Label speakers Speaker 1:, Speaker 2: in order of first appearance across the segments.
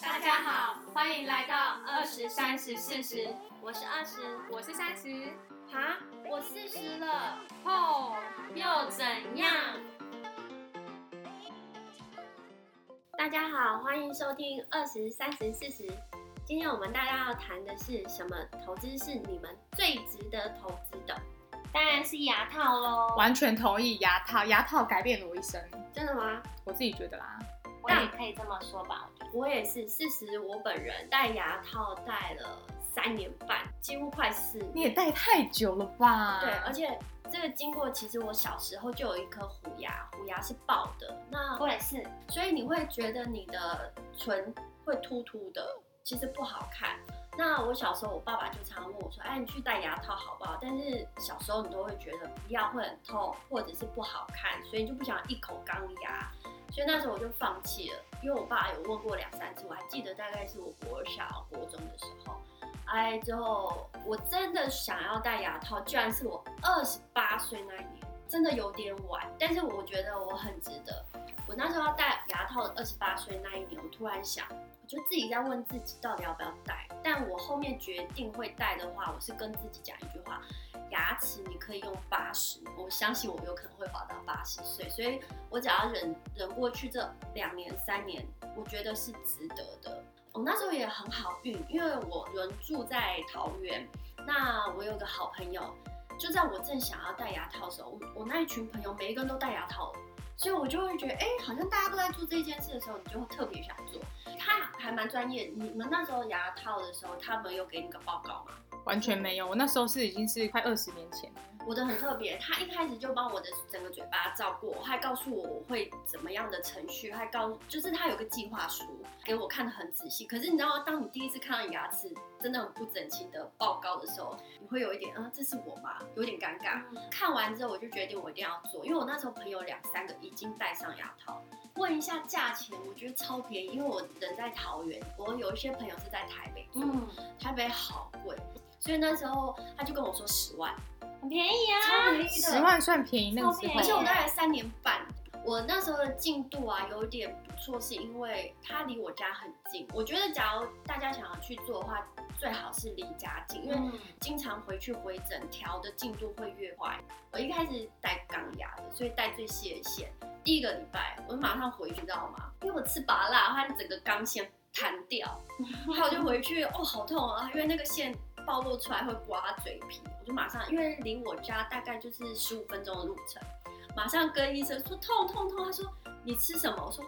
Speaker 1: 大家好，欢迎来到二十三十四十，
Speaker 2: 我是二十，
Speaker 1: 我是三十，
Speaker 2: 哈，我四十了，
Speaker 1: 吼
Speaker 2: 又怎样？大家好，欢迎收听二十三十四十。今天我们大家要谈的是什么投资是你们最值得投资的？当然是牙套喽。
Speaker 3: 完全同意牙套，牙套改变了我一生，
Speaker 2: 真的吗？
Speaker 3: 我自己觉得啦。
Speaker 4: 我也可以这么说吧，
Speaker 2: 我也是，事实我本人戴牙套戴了三年半，几乎快四年。
Speaker 3: 你也戴太久了吧？
Speaker 2: 对，而且这个经过，其实我小时候就有一颗虎牙，虎牙是爆的，那
Speaker 4: 我也是，
Speaker 2: 所以你会觉得你的唇会凸凸的，其实不好看。那我小时候，我爸爸就常问我说：“哎，你去戴牙套好不好？”但是小时候你都会觉得不要会很痛，或者是不好看，所以你就不想一口钢牙。所以那时候我就放弃了，因为我爸有问过两三次，我还记得大概是我国小、国中的时候。哎，之后我真的想要戴牙套，居然是我二十八岁那一年，真的有点晚，但是我觉得我很值得。我那时候要戴牙套，二十八岁那一年，我突然想，我就自己在问自己到底要不要戴。但我后面决定会戴的话，我是跟自己讲一句话：牙齿你可以用八十，我相信我有可能会活到八十岁，所以我只要忍忍过去这两年三年，我觉得是值得的。我哦那时候也很好运，因为我人住在桃园，那我有个好朋友，就在我正想要戴牙套的时候，我我那一群朋友每一个人都戴牙套了，所以我就会觉得，哎、好像大家都在做这件事的时候，你就会特别想做。他还蛮专业，你们那时候牙套的时候，他们有给你个报告吗？
Speaker 3: 完全没有。我那时候是已经是快二十年前了，
Speaker 2: 我的很特别，他一开始就帮我的整个嘴巴照过，还告诉我我会怎么样的程序，还告就是他有个计划书给我看的很仔细。可是你知道，当你第一次看到牙齿真的很不整齐的报告的时候，你会有一点，嗯、这是我吗？有点尴尬。看完之后，我就决定我一定要做，因为我那时候朋友两三个已经戴上牙套。问一下价钱，我觉得超便宜，因为我人在桃园，我有一些朋友是在台北做，
Speaker 4: 嗯，
Speaker 2: 台北好贵，所以那时候他就跟我说十万，
Speaker 4: 很便宜啊，
Speaker 2: 超便宜的，
Speaker 3: 十万算便宜那个时
Speaker 4: 超便宜
Speaker 3: 候，
Speaker 2: 而且我大概三年半，我那时候的进度啊有点不错，是因为它离我家很近。我觉得，假如大家想要去做的话，最好是离家近，因为
Speaker 4: 嗯，
Speaker 2: 经常回去回诊，调的进度会越快。我一开始戴钢牙的，所以戴最细的线。第一个礼拜，我就马上回去，你知道吗？因为我吃拔辣，它整个钢线弹掉， 然后我就回去，哦，好痛啊！因为那个线暴露出来会刮嘴皮，我就马上，因为离我家大概就是十五分钟的路程，马上跟医生说痛痛痛。他说你吃什么？我说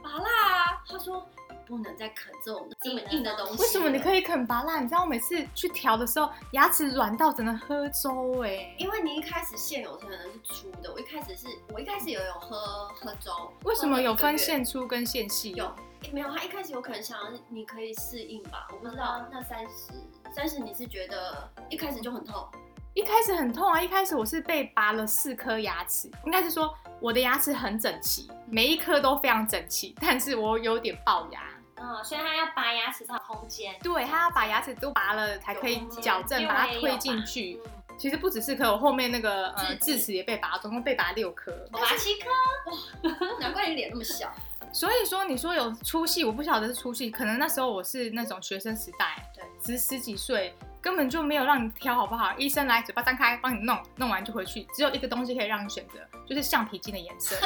Speaker 2: 拔辣啊。他说你不能再啃这种这么硬的东西了。
Speaker 3: 为什么你可以啃拔辣？你知道我每次去调的时候，牙齿软到只能喝粥哎、
Speaker 2: 因为你一开始现有可能是粗的，我一开始是我一开始也有喝喝粥，
Speaker 3: 为什么有分
Speaker 2: 线？
Speaker 3: 线粗跟线细？
Speaker 2: 有诶没有？他一开始有可能想要你可以适应吧，我不知道。那三十三十你是觉得一开始就很痛，
Speaker 3: 一开始很痛啊！一开始我是被拔了四颗牙齿，应该是说我的牙齿很整齐，每一颗都非常整齐，但是我有点龅牙。
Speaker 4: 嗯，所以它要拔牙齿才有空间，
Speaker 3: 对，他要把牙齿都拔了才可以矫正，
Speaker 4: 有空
Speaker 3: 把
Speaker 4: 间
Speaker 3: 它推进去。
Speaker 4: 嗯，
Speaker 3: 其实不只是颗，我后面那个呃
Speaker 2: 智齿
Speaker 3: 智齿也被拔，总共被拔六颗。
Speaker 4: 我拔七颗，
Speaker 2: 难怪你脸那么小。
Speaker 3: 所以说，你说有粗细，我不晓得是粗细，可能那时候我是那种学生时代，
Speaker 2: 对，
Speaker 3: 十十几岁，根本就没有让你挑好不好？医生来，嘴巴张开，帮你弄，弄完就回去，只有一个东西可以让你选择，就是橡皮筋的颜 色。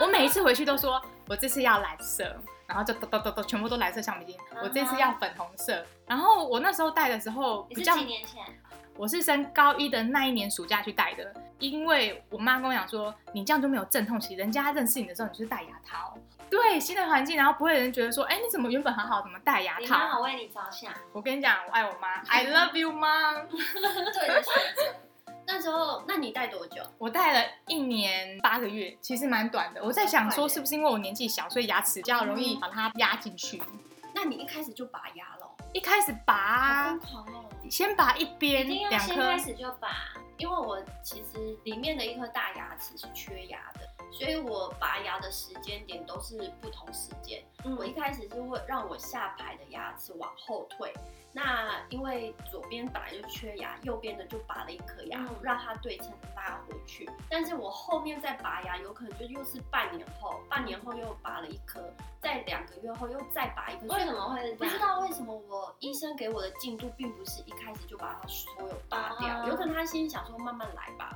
Speaker 3: 我每一次回去都说，我这次要蓝色，然后就都都都都全部都蓝色橡皮筋，我这次要粉红色。然后我那时候戴的时候
Speaker 4: 啊你
Speaker 3: 比
Speaker 4: 是
Speaker 3: 较
Speaker 4: 几年前？啊
Speaker 3: 我是升高一的那一年暑假去戴的，因为我妈跟我讲说，你这样就没有阵痛期，人家认识你的时候你就是戴牙套，对新的环境，然后不会有人觉得说，哎、你怎么原本很好，怎么戴牙
Speaker 4: 你妈好
Speaker 3: 套？
Speaker 4: 为你着想，
Speaker 3: 我跟你讲，我爱我妈，I love you 妈。
Speaker 2: 对的选择。那时候，那你戴多久？
Speaker 3: 我戴了一年八个月，其实蛮短的。我在想说，是不是因为我年纪小，所以牙齿比较容易
Speaker 4: 嗯
Speaker 3: 把它压进去？
Speaker 2: 那你一开始就拔牙了，
Speaker 3: 一开始拔
Speaker 2: 好疯狂哦！
Speaker 3: 先拔一
Speaker 4: 一
Speaker 3: 边
Speaker 4: 定要
Speaker 3: 两
Speaker 4: 先
Speaker 3: 颗
Speaker 4: 开，始就拔，
Speaker 2: 因为我其实里面的一颗大牙齿是缺牙的，所以我拔牙的时间点都是不同时间。
Speaker 4: 嗯
Speaker 2: 我一开始是会让我下排的牙齿往后退，那因为左边本来就缺牙，右边的就拔了一颗牙，
Speaker 4: 嗯
Speaker 2: 让它对称的拉回去。但是我后面再拔牙，有可能就又是半年后，半年后又拔了一颗，在两个月后又再拔一颗。
Speaker 4: 为什么会是这
Speaker 2: 不
Speaker 4: 样？
Speaker 2: 知道为什么我医生给我的进度并不是一开始就把它所有拔掉，
Speaker 4: 哦
Speaker 2: 有可能他心里想说慢慢来吧。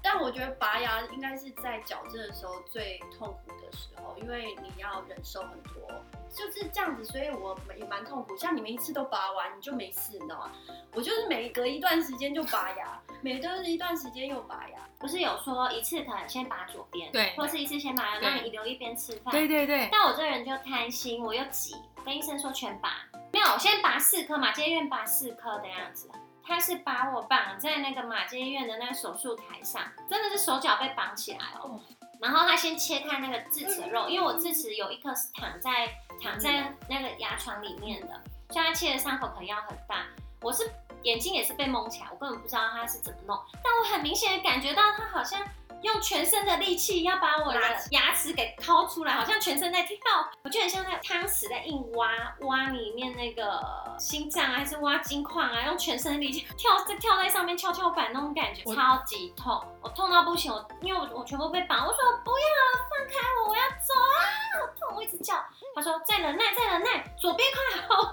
Speaker 2: 但我觉得拔牙应该是在矫正的时候最痛苦的时候，因为你要忍受很多，就是这样子，所以我也蛮痛苦。像你们一次都拔完，你就没事，你知道吗？我就是每隔一段时间就拔牙，每隔一段时间又拔牙。
Speaker 4: 不是有说一次可能先拔左边，
Speaker 3: 对
Speaker 4: 或是一次先拔右，
Speaker 3: 对
Speaker 4: 让你留一边吃饭。
Speaker 3: 对对对，
Speaker 4: 但我这人就贪心，我又急，跟医生说全拔，没有，我先拔四颗马街医院拔四颗的样子。他是把我绑在那个马街医院的那个手术台上，真的是手脚被绑起来哦
Speaker 2: 哦。
Speaker 4: 然后他先切开那个智齿的肉，因为我智齿有一颗是躺在躺在那个牙床里面的，所以他切的伤口可能要很大。我是眼睛也是被蒙起来，我根本不知道他是怎么弄，但我很明显的感觉到他好像用全身的力气要把我的
Speaker 2: 拉起
Speaker 4: 牙齿给掏出来，好像全身在跳，我就很像那个汤匙在硬挖挖里面那个心脏啊还是挖金矿啊，用全身的力气跳在跳在上面跷跷板那种感觉，
Speaker 3: 我
Speaker 4: 超级痛，我痛到不行，我因为我我全部被绑，我说不要啊，放开我，我要走啊，好痛，我一直叫，他说再忍耐，再忍耐，左边快好了。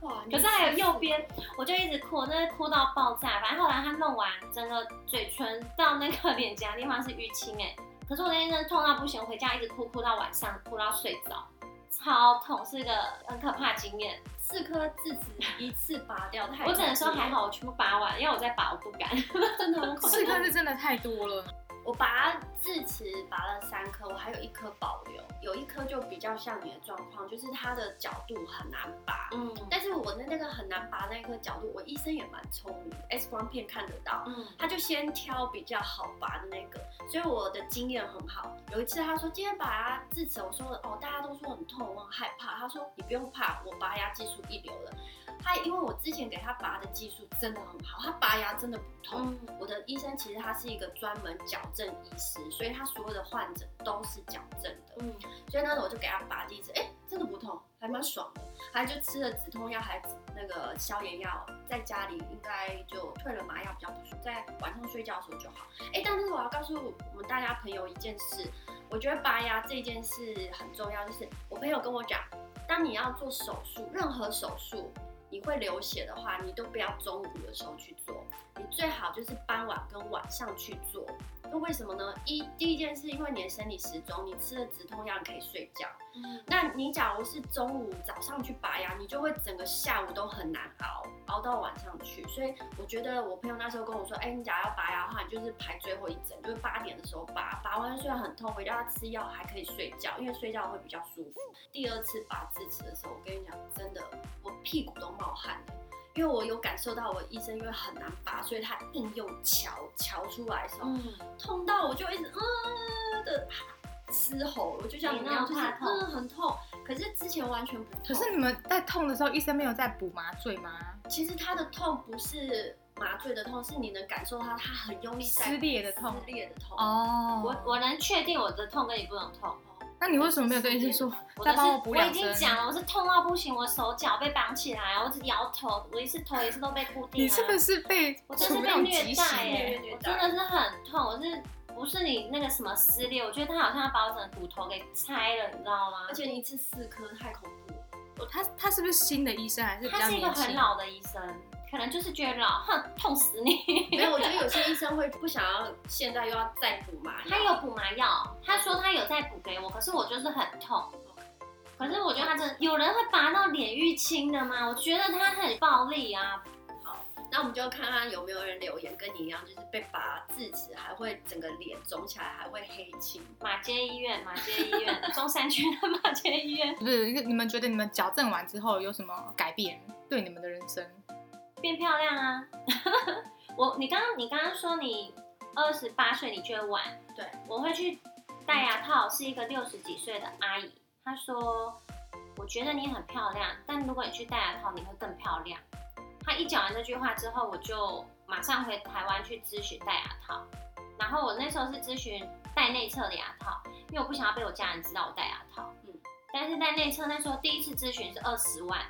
Speaker 2: 哇！
Speaker 4: 可是还有右边，我就一直哭，真的哭到爆炸。反正后来他弄完，整个嘴唇到那个脸颊地方是淤青哎、可是我那天真的痛到不行，我回家一直哭，哭到晚上，哭到睡着，超痛，是一个很可怕的经验。
Speaker 2: 四颗智齿一次拔掉，太
Speaker 4: 我只能说
Speaker 2: 痛苦了
Speaker 4: 还好，我全部拔完，因为我再拔我不敢。
Speaker 2: 真 的很恐怖
Speaker 3: 四颗是真的太多了。
Speaker 2: 我拔智齿拔了三颗，我还有一颗保留，有一颗就比较像你的状况，就是它的角度很难拔。
Speaker 4: 嗯，
Speaker 2: 但是我的那个很难拔那颗角度，我医生也蛮聪明的，X 光片看得到，
Speaker 4: 嗯，
Speaker 2: 他就先挑比较好拔的那个，所以我的经验很好。有一次他说今天拔智齿，我说哦大家都说很痛，我很害怕。他说你不用怕，我拔牙技术一流了。他因为我之前给他拔的技术真的很好，他拔牙真的不痛。
Speaker 4: 嗯
Speaker 2: 我的医生其实他是一个专门矫正医师，所以他所有的患者都是矫正的。
Speaker 4: 嗯，
Speaker 2: 所以那时候我就给他拔第一次，哎、真的不痛，还蛮爽的。还就吃了止痛药，还那个消炎药，在家里应该就退了麻药比较不舒服，在晚上睡觉的时候就好。哎、但是我要告诉我们大家朋友一件事，我觉得拔牙这件事很重要，就是我朋友跟我讲，当你要做手术，任何手术。你会流血的话，你都不要中午的时候去做，你最好就是傍晚跟晚上去做，那为什么呢？一第一件事，因为你的生理时钟，你吃了止痛药你可以睡觉。
Speaker 3: 嗯
Speaker 4: 嗯
Speaker 2: 那你假如是中午、早上去拔牙，你就会整个下午都很难熬，熬到晚上去。所以我觉得我朋友那时候跟我说，哎、你假如要拔牙的话，你就是排最后一针，就是八点的时候拔，拔完虽然很痛，回家吃药还可以睡觉，因为睡觉会比较舒服。第二次拔智齿的时候，我跟你讲，真的，我屁股都冒汗了。因为我有感受到我医生因为很难拔，所以他硬用瞧瞧出来的时候，
Speaker 4: 嗯，
Speaker 2: 痛到我就一直嗯的嘶吼，我就像你那样，就是
Speaker 4: 你那种怕痛
Speaker 2: 嗯很痛。可是之前完全不痛。
Speaker 3: 可是你们在痛的时候，医生没有在补麻醉吗？
Speaker 2: 其实它的痛不是麻醉的痛，是你能感受到它很用力在
Speaker 3: 撕裂的痛
Speaker 2: 撕裂的痛。
Speaker 3: 哦，
Speaker 4: 我我能确定我的痛跟你不能痛。
Speaker 3: 那你为什么没有跟医生说
Speaker 4: 我的
Speaker 3: 再
Speaker 4: 是
Speaker 3: 帮我补
Speaker 4: 我已
Speaker 3: 两
Speaker 4: 经
Speaker 3: 针？
Speaker 4: 讲了，我是痛到不行，我手脚被绑起来，我只摇头，我一次头一次都被固定、啊。
Speaker 3: 你是不是被
Speaker 4: 我真
Speaker 3: 处
Speaker 4: 的是
Speaker 3: 那
Speaker 4: 被
Speaker 3: 种
Speaker 4: 虐
Speaker 3: 极
Speaker 4: 待欸
Speaker 3: 刑
Speaker 2: 耶
Speaker 4: 耶、
Speaker 2: 虐
Speaker 4: 我
Speaker 2: 待
Speaker 4: 真的是很痛，我是不是你那个什么撕裂？我觉得他好像要把我整个骨头给拆了，你知道吗
Speaker 2: 而？且一次四颗太恐怖了。
Speaker 3: 他他是不是新的医生还是比
Speaker 4: 他
Speaker 3: 较
Speaker 4: 是一个
Speaker 3: 年
Speaker 4: 很
Speaker 3: 轻？
Speaker 4: 老的医生，可能就是觉得老，哼，痛死你。
Speaker 2: 没有，我觉得有些医生会不想要现在又要再补麻药。
Speaker 4: 他有补麻药，他说他有在补给我，可是我就是很痛。可是我觉得他真的有人会拔到脸淤青的吗？我觉得他很暴力啊！
Speaker 2: 那我们就看看有没有人留言跟你一样，就是被拔智齿还会整个脸肿起来，还会黑青。
Speaker 4: 马街医院，马街医院，中山区的马街医院，
Speaker 3: 不是，你们觉得你们矫正完之后有什么改变对你们的人生？
Speaker 4: 变漂亮啊！ 我你刚刚你刚刚说你二十八岁你觉得晚，
Speaker 2: 对，
Speaker 4: 我会去戴牙套是一个六十几岁的阿姨，她说我觉得你很漂亮，但如果你去戴牙套你会更漂亮。她一讲完这句话之后，我就马上回台湾去咨询戴牙套，然后我那时候是咨询戴内侧的牙套，因为我不想要被我家人知道我戴牙套，嗯，但是戴内侧那时候第一次咨询是二十万，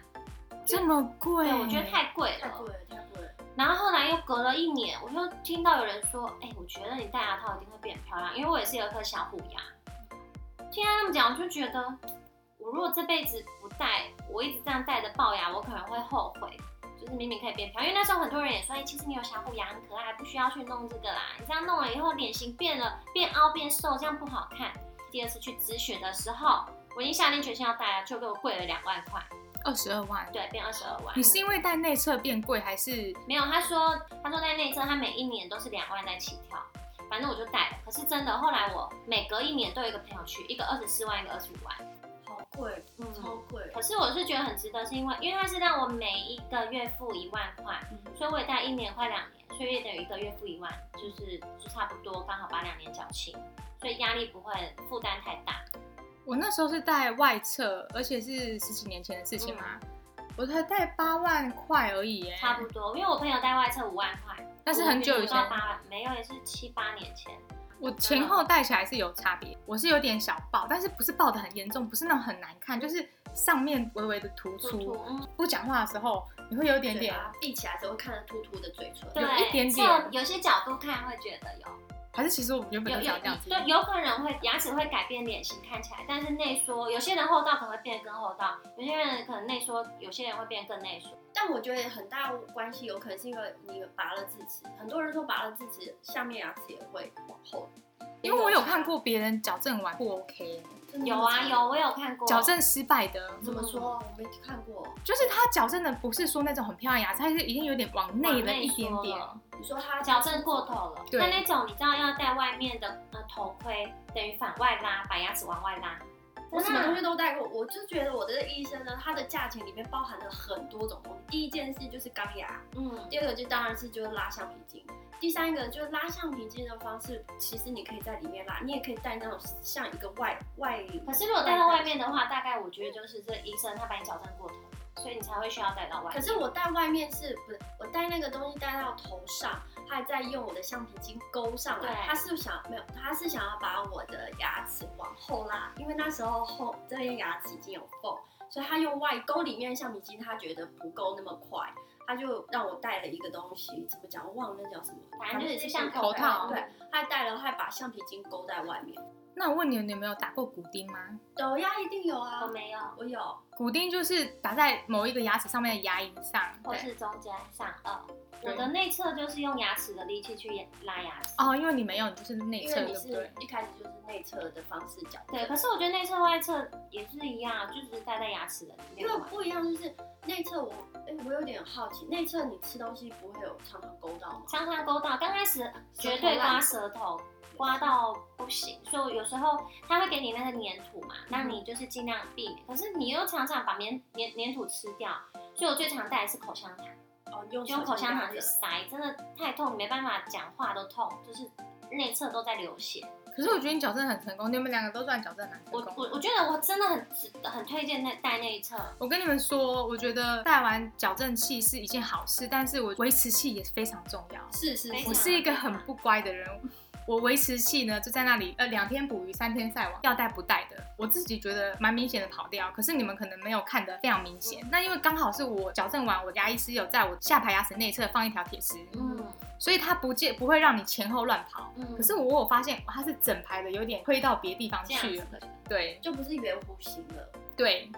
Speaker 3: 这么贵，
Speaker 4: 对，我觉得太贵
Speaker 2: 太
Speaker 4: 了，
Speaker 2: 贵了，太贵了。
Speaker 4: 然后后来又隔了一年，我就听到有人说：“哎、我觉得你戴牙套一定会变漂亮，因为我也是有一颗小虎牙。”听他这么讲，我就觉得，我如果这辈子不戴，我一直这样戴着龅牙，我可能会后悔。就是明明可以变漂亮，因为那时候很多人也说：“哎、其实你有小虎牙很可爱，不需要去弄这个啦。你这样弄了以后，脸型变了，变凹变瘦，这样不好看。”第二次去咨询的时候，我已经下定决心要戴了，就给我贵了两万块，
Speaker 3: 二十二万。
Speaker 4: 对，变二十二万。
Speaker 3: 你是因为戴内侧变贵，还是
Speaker 4: 没有，他说他说在内测，他每一年都是两万在起跳，反正我就带了。可是真的，后来我每隔一年都有一个朋友去，一个二十四万，一个二十五万。
Speaker 2: 好贵，
Speaker 3: 嗯
Speaker 2: 超贵。
Speaker 4: 可是我是觉得很值得，是因为因为他是让我每一个月付一万块，所以我也带一年快两年，所以也等于一个月付一万，就是就差不多刚好把两年缴清，所以压力不会负担太大。
Speaker 3: 我那时候是戴外侧，而且是十几年前的事情嘛，我才戴八万块而已耶，
Speaker 4: 嗯差不多，因为我朋友带外测五万块，
Speaker 3: 但是很久以
Speaker 4: 我到
Speaker 3: 前，
Speaker 4: 八万，没有也是七八年前。
Speaker 3: 我前后戴起来是有差别，我是有点小爆，但是不是爆的很严重，不是那种很难看，就是上面微微的突
Speaker 4: 突
Speaker 3: 出。
Speaker 4: 突嗯
Speaker 3: 不讲话的时候，你会有一点
Speaker 2: 嘴
Speaker 3: 点，
Speaker 2: 巴闭起来只会看得突突的嘴唇。
Speaker 4: 对，
Speaker 3: 一点点
Speaker 4: 这有些角度看会觉得有。
Speaker 3: 还是其实我原本
Speaker 4: 有
Speaker 3: 就
Speaker 4: 有
Speaker 3: 想这样子。
Speaker 4: 对，有可能会牙齿会改变脸型看起来，但是内缩，有些人后道可能会变得更后道，有些人可能内缩，有些人会变更内缩。
Speaker 2: 但我觉得很大关系有可能是因为你拔了智齿，很多人说拔了智齿，下面牙齿也会往后。
Speaker 3: 因为我有看过别人矫正完不 OK，
Speaker 2: 真的
Speaker 4: 有
Speaker 2: 吗
Speaker 4: 啊有，我有看过
Speaker 3: 嗯矫正失败的，
Speaker 2: 哦怎么说？我没看过。
Speaker 3: 就是他矫正的不是说那种很漂亮牙齿，他是已经有点往内了一点
Speaker 4: 往内缩
Speaker 3: 点。
Speaker 4: 了
Speaker 2: 你说他
Speaker 4: 矫正过，头了，
Speaker 3: 对
Speaker 4: 那那种你知道要戴外面的呃头盔，等于反外拉，把牙齿往外拉。
Speaker 2: 我什
Speaker 4: 真
Speaker 2: 么东
Speaker 4: 的啊
Speaker 2: 西都带过，我就觉得我的医生呢，他的价钱里面包含了很多种东西。第一件事就是钢牙，
Speaker 4: 嗯，
Speaker 2: 第二个就当然是就是拉橡皮筋，第三个就是拉橡皮筋的方式，其实你可以在里面拉，你也可以戴那种像一个外外。
Speaker 4: 可是如果戴到外面的话，大概我觉得就是这医生他把你矫正过头，所以你才会需要戴到外面。
Speaker 2: 可是我戴外面是不是我戴那个东西戴到头上，他还在用我的橡皮筋勾上来
Speaker 4: 对，
Speaker 2: 他是想没有，他是想要把我的牙齿往后拉，因为那时候后这边牙齿已经有缝，所以他用外勾里面的橡皮筋，他觉得不够那么快。他就让我戴了一个东西，怎么讲？我忘了那叫什么，
Speaker 4: 反正就是
Speaker 2: 也
Speaker 4: 像啊
Speaker 2: 骨
Speaker 4: 嗯
Speaker 3: 头套
Speaker 2: 对，他还戴了，还把橡皮筋勾在外面。
Speaker 3: 那我问你，你有没有打过骨钉吗？
Speaker 2: 有呀，一定有啊
Speaker 4: 我，哦没有，
Speaker 2: 我有。
Speaker 3: 骨钉就是打在某一个牙齿上面的牙龈上。
Speaker 4: 或哦是中间上颚。我
Speaker 3: 对
Speaker 4: 的内侧就是用牙齿的力气去拉牙齿。
Speaker 3: 哦，因为你没有，你就是内
Speaker 2: 因
Speaker 3: 侧，
Speaker 2: 为
Speaker 3: 对
Speaker 2: 你
Speaker 3: 不
Speaker 2: 是
Speaker 3: 对？
Speaker 2: 一开始就是内侧的方式讲，
Speaker 4: 对，可是我觉得内侧外侧也是一样，啊就只是戴在牙齿的里面
Speaker 2: 因为
Speaker 4: 嘛。
Speaker 2: 不一样，就是内侧我，哎、我有点好奇，内侧你吃东西不会有常常勾到吗？
Speaker 4: 常常勾到，刚开始绝对刮舌头，刮到不行，所以我有时候它会给你那个粘土嘛，那你就是尽量避免。可是你又常常把粘粘粘土吃掉，所以我最常戴的是口香糖，
Speaker 2: 哦，你用
Speaker 4: 就用口香糖去
Speaker 2: 的，
Speaker 4: 塞，真的太痛，没办法讲话都痛，就是内侧都在流血。
Speaker 3: 可是我觉得你矫正很成功，你们两个都算矫正蛮成
Speaker 4: 我
Speaker 3: 功的。
Speaker 4: 我我觉得我真的很值得很推荐那戴内侧，
Speaker 3: 我跟你们说，我觉得戴完矫正器是一件好事，但是我维持器也是非常重要。
Speaker 2: 是是
Speaker 4: 非
Speaker 2: 是，
Speaker 4: 常啊
Speaker 3: 我是一个很不乖的人，我维持器呢就在那里，呃，两天捕鱼三天晒网，要带不带的，我自己觉得蛮明显的跑掉，可是你们可能没有看得非常明
Speaker 4: 嗯
Speaker 3: 显。那因为刚好是我矫正完，我牙医师有在我下排牙齿内侧放一条铁丝，
Speaker 4: 嗯
Speaker 3: 所以它不见不会让你前后乱跑。
Speaker 4: 嗯，
Speaker 3: 可是我有发现，哇它是整排的，有点推到别地方
Speaker 4: 这样
Speaker 3: 去
Speaker 4: 子
Speaker 3: 了。
Speaker 4: 的，
Speaker 3: 对
Speaker 2: 就不是圆弧形了。
Speaker 3: 对，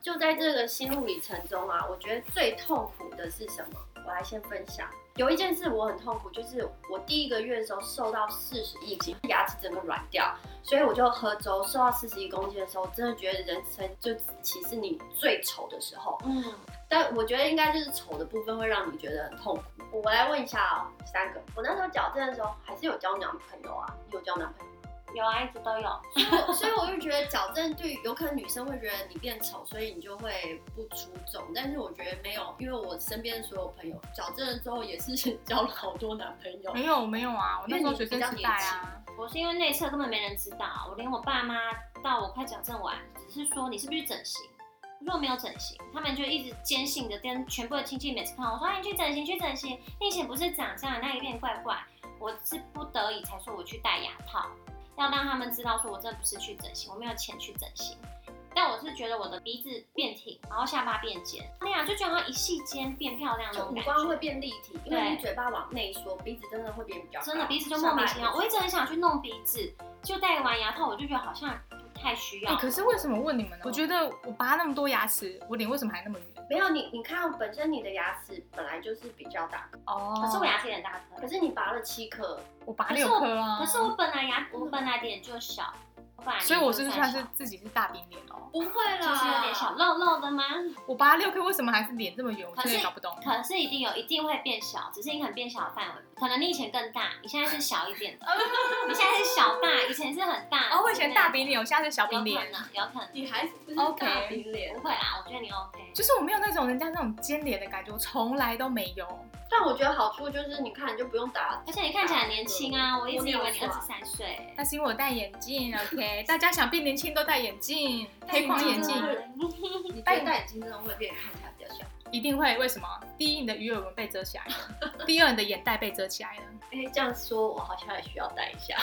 Speaker 2: 就在这个心路里程中啊，我觉得最痛苦的是什么？我来先分享。有一件事我很痛苦，就是我第一个月的时候瘦到四十一斤，牙齿整个软掉，所以我就喝粥，瘦到四十一公斤的时候，真的觉得人生就其实你最丑的时候。
Speaker 4: 嗯，
Speaker 2: 但我觉得应该就是丑的部分会让你觉得很痛苦。我来问一下哦，三个，我那时候矫正的时候还是有交男朋友啊，你有交男朋友
Speaker 4: 有啊，一直都有，
Speaker 2: 吗？所以我就觉得矫正对于有可能女生会觉得你变丑，所以你就会不出众。但是我觉得没有，因为我身边的所有朋友矫正了之后也是 交了好多男朋友。
Speaker 3: 没有没有啊，我那时候
Speaker 2: 因为
Speaker 3: 学
Speaker 2: 你
Speaker 3: 生
Speaker 2: 比较
Speaker 3: 时代
Speaker 2: 年轻
Speaker 3: 啊，
Speaker 4: 我是因为内侧根本没人知道，我连我爸妈到我快矫正完，只是说你是不是去整形，如果没有整形，他们就一直坚信的跟全部的亲戚每次看到我说，哎，你去整形，去整形，你以前不是长这样，那有点怪怪。我是不得已才说我去戴牙套，要让他们知道说我真的不是去整形，我没有钱去整形。但我是觉得我的鼻子变挺，然后下巴变尖，那样就觉得好像一细间变漂亮那
Speaker 2: 就
Speaker 4: 种
Speaker 2: 五
Speaker 4: 感
Speaker 2: 官
Speaker 4: 觉
Speaker 2: 会。变立体，因为你嘴巴往内缩，鼻子真的会变比较高，
Speaker 4: 真的鼻子就莫名其妙，
Speaker 2: 下巴
Speaker 4: 我一
Speaker 2: 也
Speaker 4: 直很想去弄鼻子，就戴完牙套我就觉得好像不太需要
Speaker 3: 哎
Speaker 4: 了、
Speaker 3: 可是为什么问你们呢？我觉得我拔那么多牙齿，我脸为什么还那么圆？
Speaker 2: 没有你，你看本身你的牙齿本来就是比较大，
Speaker 3: 哦
Speaker 4: 可是我牙齿有点大
Speaker 2: 可
Speaker 4: 颗，
Speaker 2: 是你拔了七颗，
Speaker 3: 我拔
Speaker 4: 可是
Speaker 3: 六
Speaker 4: 我
Speaker 3: 颗啊，
Speaker 4: 可是我本来牙我本来脸就小，我本来
Speaker 3: 所以我是不是算
Speaker 4: 脸
Speaker 3: 是
Speaker 4: 就
Speaker 3: 自己是大饼脸哦？
Speaker 2: 不会
Speaker 4: 小
Speaker 2: 啦，
Speaker 4: 就是有点
Speaker 2: 哦
Speaker 4: 小肉肉的吗？
Speaker 3: 我拔六颗，为什么还是脸这么圆？我
Speaker 4: 可
Speaker 3: 真的
Speaker 4: 是
Speaker 3: 搞不懂。
Speaker 4: 可是一定有一定会变小，只是你可能变小的范围，可能你以前更大，你现在是小一点的，你现在是小大，以前是很大。
Speaker 3: 哦，我以前大饼脸，我现在是小饼
Speaker 4: 有
Speaker 3: 脸
Speaker 4: 可。能，有可能
Speaker 2: 女孩子不是
Speaker 3: OK
Speaker 2: 大饼脸
Speaker 4: 不会啦，我觉得你 OK。
Speaker 3: 就是我没有那种人家那种尖脸的感觉，我从来都没有。
Speaker 2: 但我觉得好处就是，你看你就不用打，
Speaker 4: 而且你看起来很年轻啊，我一直以为你
Speaker 2: 我
Speaker 4: 二
Speaker 2: 没有
Speaker 4: 十
Speaker 2: 说
Speaker 4: 三岁。
Speaker 3: 但是因为我戴眼镜，OK，大家想必年轻都戴眼镜，黑框眼
Speaker 2: 戴
Speaker 3: 镜
Speaker 2: 眼镜 你戴戴眼镜真的会变看起来比较小。
Speaker 3: 一定会。为什么？第一，你的鱼尾纹被遮起来了；第二，你的眼袋被遮起来了。
Speaker 2: 哎、这样说我好像也需要戴 一下。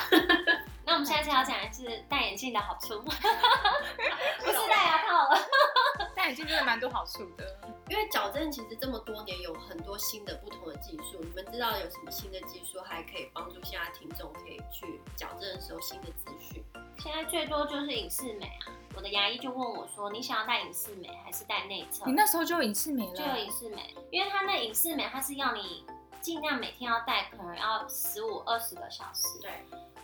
Speaker 4: 那我们下次要讲的是戴眼镜的好 处，不是
Speaker 2: 啊
Speaker 4: 戴牙套了。
Speaker 3: 戴眼镜真的蛮多好处的。
Speaker 2: 因为矫正其实这么多年有很多新的不同的技术，你们知道有什么新的技术还可以帮助现在听众可以去矫正的时候新的资讯？
Speaker 4: 现在最多就是隐适美啊，我的牙医就问我说，你想要戴隐适美还是戴内侧
Speaker 3: 你？那时候就有隐适美
Speaker 4: 就有
Speaker 3: 了，
Speaker 4: 隐适美，因为它那隐适美它是要你尽量每天要戴，可能要十五二十个小时。
Speaker 2: 对。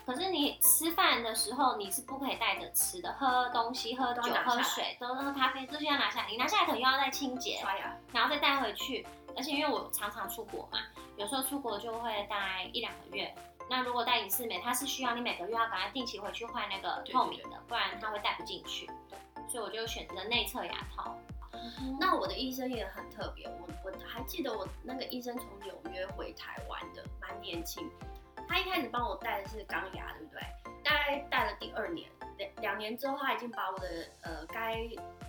Speaker 4: 可是你吃饭的时候，你是不可以带着吃的，喝东西、喝
Speaker 2: 都要
Speaker 4: 酒、
Speaker 2: 拿下来
Speaker 4: 喝水、都喝咖啡，这些要拿下来。你拿下来可能又要再清洁，
Speaker 2: 刷牙，
Speaker 4: 然后再带回去。而且因为我常常出国嘛，有时候出国就会待一两个月。那如果带隐适美，它是需要你每个月要赶快定期回去换那个
Speaker 2: 对
Speaker 4: 透明的，不然它会戴不进去。所以我就选择内侧牙套。
Speaker 2: 嗯
Speaker 4: 那
Speaker 2: 那我的医生也很特别，我我还记得我那个医生从纽约回台湾的，蛮年轻。他一开始帮我戴的是钢牙，对不对？大概戴了第二年，两两年之后，他已经把我的呃该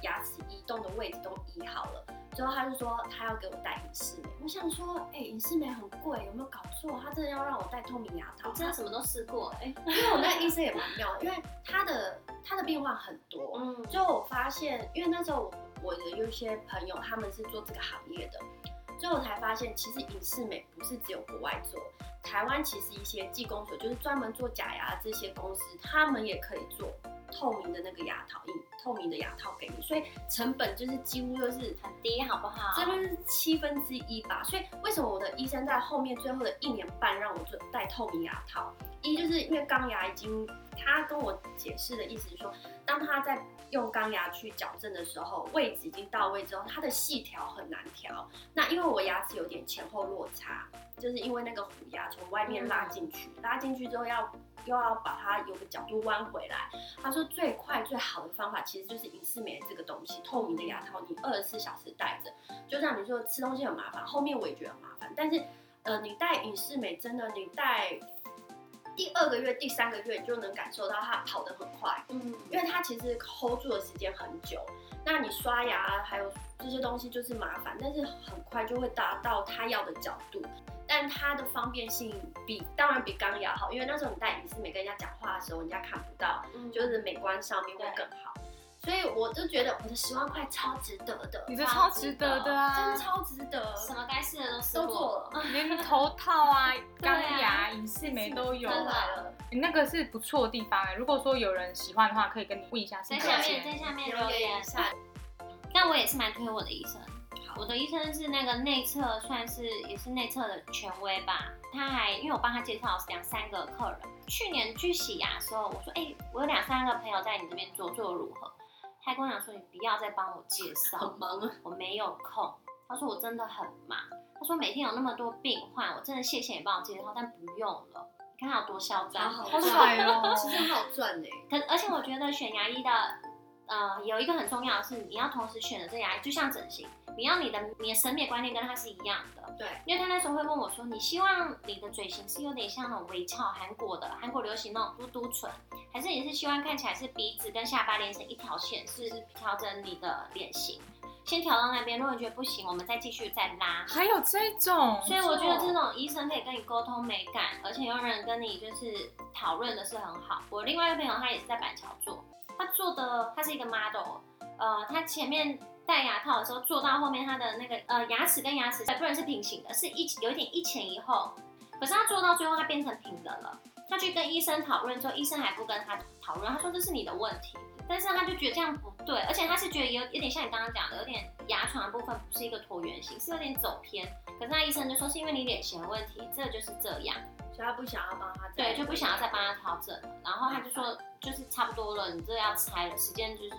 Speaker 2: 牙齿移动的位置都移好了。之后他就说他要给我戴隐适美，我想说，哎、隐适美很贵，有没有搞错？他真的要让我戴透明牙套？啊
Speaker 4: 我真的什么都试过，哎、
Speaker 2: 因为我那个医生也蛮妙的，因为他的他的病患很多，
Speaker 4: 嗯，
Speaker 2: 就我发现，因为那时候我我的有一些朋友他们是做这个行业的，所以我才发现，其实影视美不是只有国外做，台湾其实一些技工所，就是专门做假牙的这些公司，他们也可以做透明的那个牙套，印透明的牙套给你，所以成本就是几乎就是
Speaker 4: 很低，好不好？
Speaker 2: 这边是七分之一吧，所以为什么我的医生在后面最后的一年半让我做戴透明牙套？一就是因为钢牙已经，他跟我解释的意思是说，当他在用钢牙去矫正的时候，位置已经到位之后，它的细条很难调。那因为我牙齿有点前后落差，就是因为那个虎牙从外面拉进去，拉进去之后要又要把它有个角度弯回来。他说最快最好的方法其实就是隐适美这个东西，透明的牙套，你二十四小时戴着。就像你说吃东西很麻烦，后面我也觉得很麻烦，但是呃，你戴隐适美真的，你戴第二个月、第三个月，你就能感受到它跑得很快，
Speaker 4: 嗯，
Speaker 2: 因为它其实 hold 住的时间很久。那你刷牙啊还有这些东西就是麻烦，但是很快就会达到它要的角度。但它的方便性比当然比钢牙好，因为那时候你戴隐适美跟人家讲话的时候，人家看不到，嗯就是美观上面会更好。所以我就觉得我的十万块超值得的，
Speaker 3: 你这超值得的
Speaker 2: 真
Speaker 3: 啊
Speaker 2: 的！超值得，
Speaker 4: 嗯什么该试的都啊试
Speaker 2: 都
Speaker 4: 过。
Speaker 2: 做了，
Speaker 3: 连头套啊、
Speaker 4: 对啊
Speaker 3: 钢牙、隐适美都有
Speaker 2: 都
Speaker 4: 真。的
Speaker 2: 来了，
Speaker 3: 你那个是不错的地方哎、如果说有人喜欢的话，可以跟你问一下是
Speaker 4: 在
Speaker 3: 多
Speaker 4: 下
Speaker 3: 少
Speaker 4: 面，
Speaker 3: 钱。
Speaker 4: 在下面
Speaker 2: 留
Speaker 4: 留
Speaker 2: 言
Speaker 4: 言
Speaker 2: 一。下。
Speaker 4: 但我也是蛮推我的医生
Speaker 2: 好，
Speaker 4: 我的医生是那个内侧，算是也是内侧的权威吧。他还因为我帮他介绍两三个客人，去年去洗牙的时候，我说：“哎、我有两三个朋友在你这边做，做得如何？”他还跟我讲说：“你不要再帮我介绍
Speaker 2: 很，忙啊，
Speaker 4: 我没有空。”他说：“我真的很忙。”他说：“每天有那么多病患，我真的谢谢你帮我介绍，但不用了。”你看他有多嚣张，
Speaker 2: 好
Speaker 3: 好帅哦！
Speaker 2: 其实很好赚呢。欸
Speaker 4: 可而且我觉得选牙医的呃，有一个很重要的是，你要同时选择这牙医，就像整形，你要你的你的审美观念跟他是一样的。
Speaker 2: 对，
Speaker 4: 因为他那时候会问我说，你希望你的嘴型是有点像那种微翘，韩国的韩国流行那种嘟嘟唇，还是你是希望看起来是鼻子跟下巴连成一条线，是调整你的脸型？先调到那边，如果你觉得不行，我们再继续再拉。
Speaker 3: 还有这种，
Speaker 4: 所以我觉得这种医生可以跟你沟通美感，而且有人跟你就是讨论的是很好。我另外一个朋友他也是在板桥做，他做的他是一个 model，呃，他前面戴牙套的时候做到后面他的那个呃牙齿跟牙齿不能是平行的，是一有一点一前一后，可是他做到最后他变成平的了。他去跟医生讨论之后，医生还不跟他讨论，他说这是你的问题。但是他就觉得这样不对，而且他是觉得有有点像你刚刚讲的，有点牙床的部分不是一个椭圆形，是有点走偏。可是那医生就说是因为你脸型的问题，这就是这样，
Speaker 2: 所以他不想要帮他再，
Speaker 4: 对，就不想要再帮他调整了。然后他就
Speaker 3: 嗯
Speaker 4: 说就是差不多了，你这要拆了，时间就是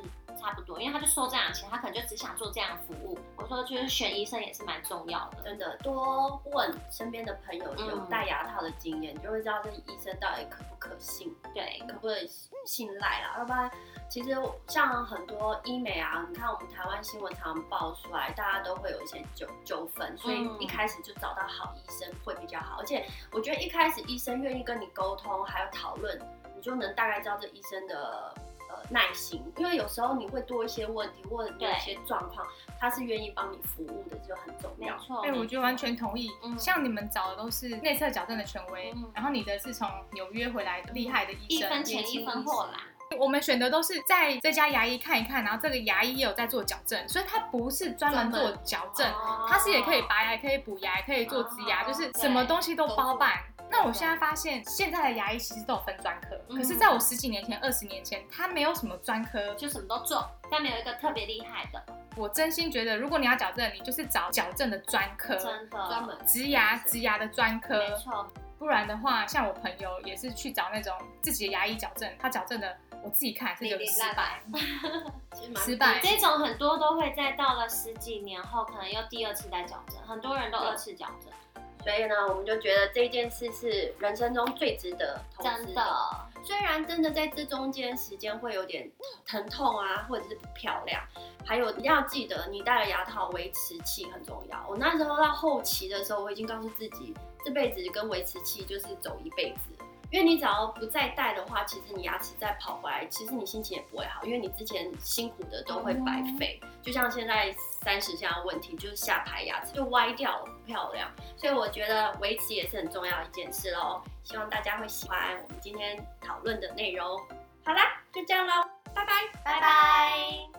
Speaker 4: 差不多，因为他就收这样的钱，他可能就只想做这样的服务。我说就是选医生也是蛮重要的，
Speaker 2: 真的多问身边的朋友有
Speaker 4: 嗯
Speaker 2: 戴牙套的经验，你就会知道这医生到底可不可信，
Speaker 4: 对，
Speaker 2: 可不可以信赖啦。要不然，其实像很多医美啊，你看我们台湾新闻常常爆出来，大家都会有一些纠纠纷，所以
Speaker 4: 嗯
Speaker 2: 一开始就找到好医生会比较好。而且我觉得一开始医生愿意跟你沟通，还有讨论，你就能大概知道这医生的。呃，耐心，因为有时候你会多一些问题，或者你有一些状况，他是愿意帮你服务的，就很重
Speaker 4: 没
Speaker 2: 要。
Speaker 4: 错。
Speaker 3: 哎、我
Speaker 4: 没
Speaker 3: 觉得
Speaker 4: 错
Speaker 3: 完全同意。
Speaker 4: 嗯
Speaker 3: 像你们找的都是内侧矫正的权威，
Speaker 4: 嗯
Speaker 3: 然后你的是从纽约回来的厉害的医
Speaker 4: 一
Speaker 3: 生，
Speaker 4: 分
Speaker 3: 年
Speaker 4: 钱
Speaker 3: 轻
Speaker 4: 一
Speaker 3: 医
Speaker 4: 分
Speaker 3: 生
Speaker 4: 货啦。
Speaker 3: 我们选的都是在这家牙医看一看，然后这个牙医也有在做矫正，所以他不是专门做矫正，
Speaker 4: 哦
Speaker 3: 他是也可以拔牙，也可以补牙，也可以做植牙，
Speaker 4: 哦
Speaker 3: 就是
Speaker 4: 对
Speaker 3: 什么东西都包办。那我现在
Speaker 2: 对
Speaker 3: 发现，现在的牙医其实都有分专科，
Speaker 4: 嗯
Speaker 3: 可是在我十几年前、二十年前，他没有什么专科。
Speaker 4: 就什么都做，但没有一个特别厉害的，
Speaker 3: 我真心觉得，如果你要矫正，你就是找矫正的呃专科，
Speaker 4: 真的
Speaker 2: 专门
Speaker 3: 植牙、植牙的专科，
Speaker 4: 没错，
Speaker 3: 不然的话，像我朋友也是去找那种自己的牙医矫正，他矫正的我自己看是有点失败，
Speaker 2: 其实蛮
Speaker 3: 失败。
Speaker 4: 这种很多都会在到了十几年后，可能又第二次再矫正，很多人都二次矫正，
Speaker 2: 所以呢，我们就觉得这件事是人生中最值得投资
Speaker 4: 真的，
Speaker 2: 虽然真的在这中间时间会有点疼痛啊，或者是不漂亮，还有你要记得你戴了牙套维持器很重要。我那时候到后期的时候，我已经告诉自己，这辈子跟维持器就是走一辈子。因为你只要不再戴的话，其实你牙齿再跑回来，其实你心情也不会好，因为你之前辛苦的都会白费。
Speaker 4: 哦
Speaker 2: 就像现在三十项问题，就是下排牙齿就歪掉了，不漂亮。所以我觉得维持也是很重要的一件事喽。希望大家会喜欢我们今天讨论的内容。好啦，就这样喽，拜拜。
Speaker 4: 拜拜